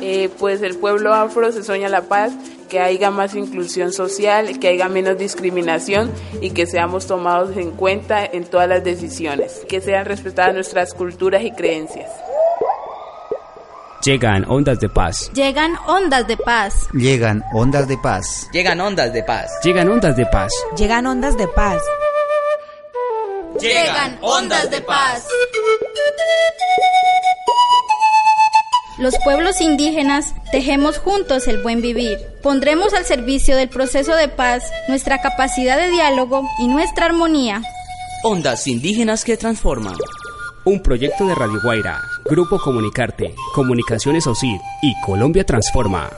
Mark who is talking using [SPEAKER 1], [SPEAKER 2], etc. [SPEAKER 1] eh, pues el pueblo afro se sueña la paz, que haya más inclusión social, que haya menos discriminación y que seamos tomados en cuenta en todas las decisiones, que sean respetadas nuestras culturas y creencias.
[SPEAKER 2] Llegan ondas de paz.
[SPEAKER 3] Llegan ondas de paz.
[SPEAKER 4] Llegan ondas de paz.
[SPEAKER 5] Llegan ondas de paz.
[SPEAKER 2] Llegan ondas de paz.
[SPEAKER 6] Llegan ondas de paz.
[SPEAKER 7] Llegan ondas de paz.
[SPEAKER 3] Los pueblos indígenas tejemos juntos el buen vivir. Pondremos al servicio del proceso de paz nuestra capacidad de diálogo y nuestra armonía.
[SPEAKER 5] Ondas indígenas que transforman.
[SPEAKER 2] Un proyecto de Radio Guaira, Grupo Comunicarte, Comunicaciones OSID y Colombia Transforma.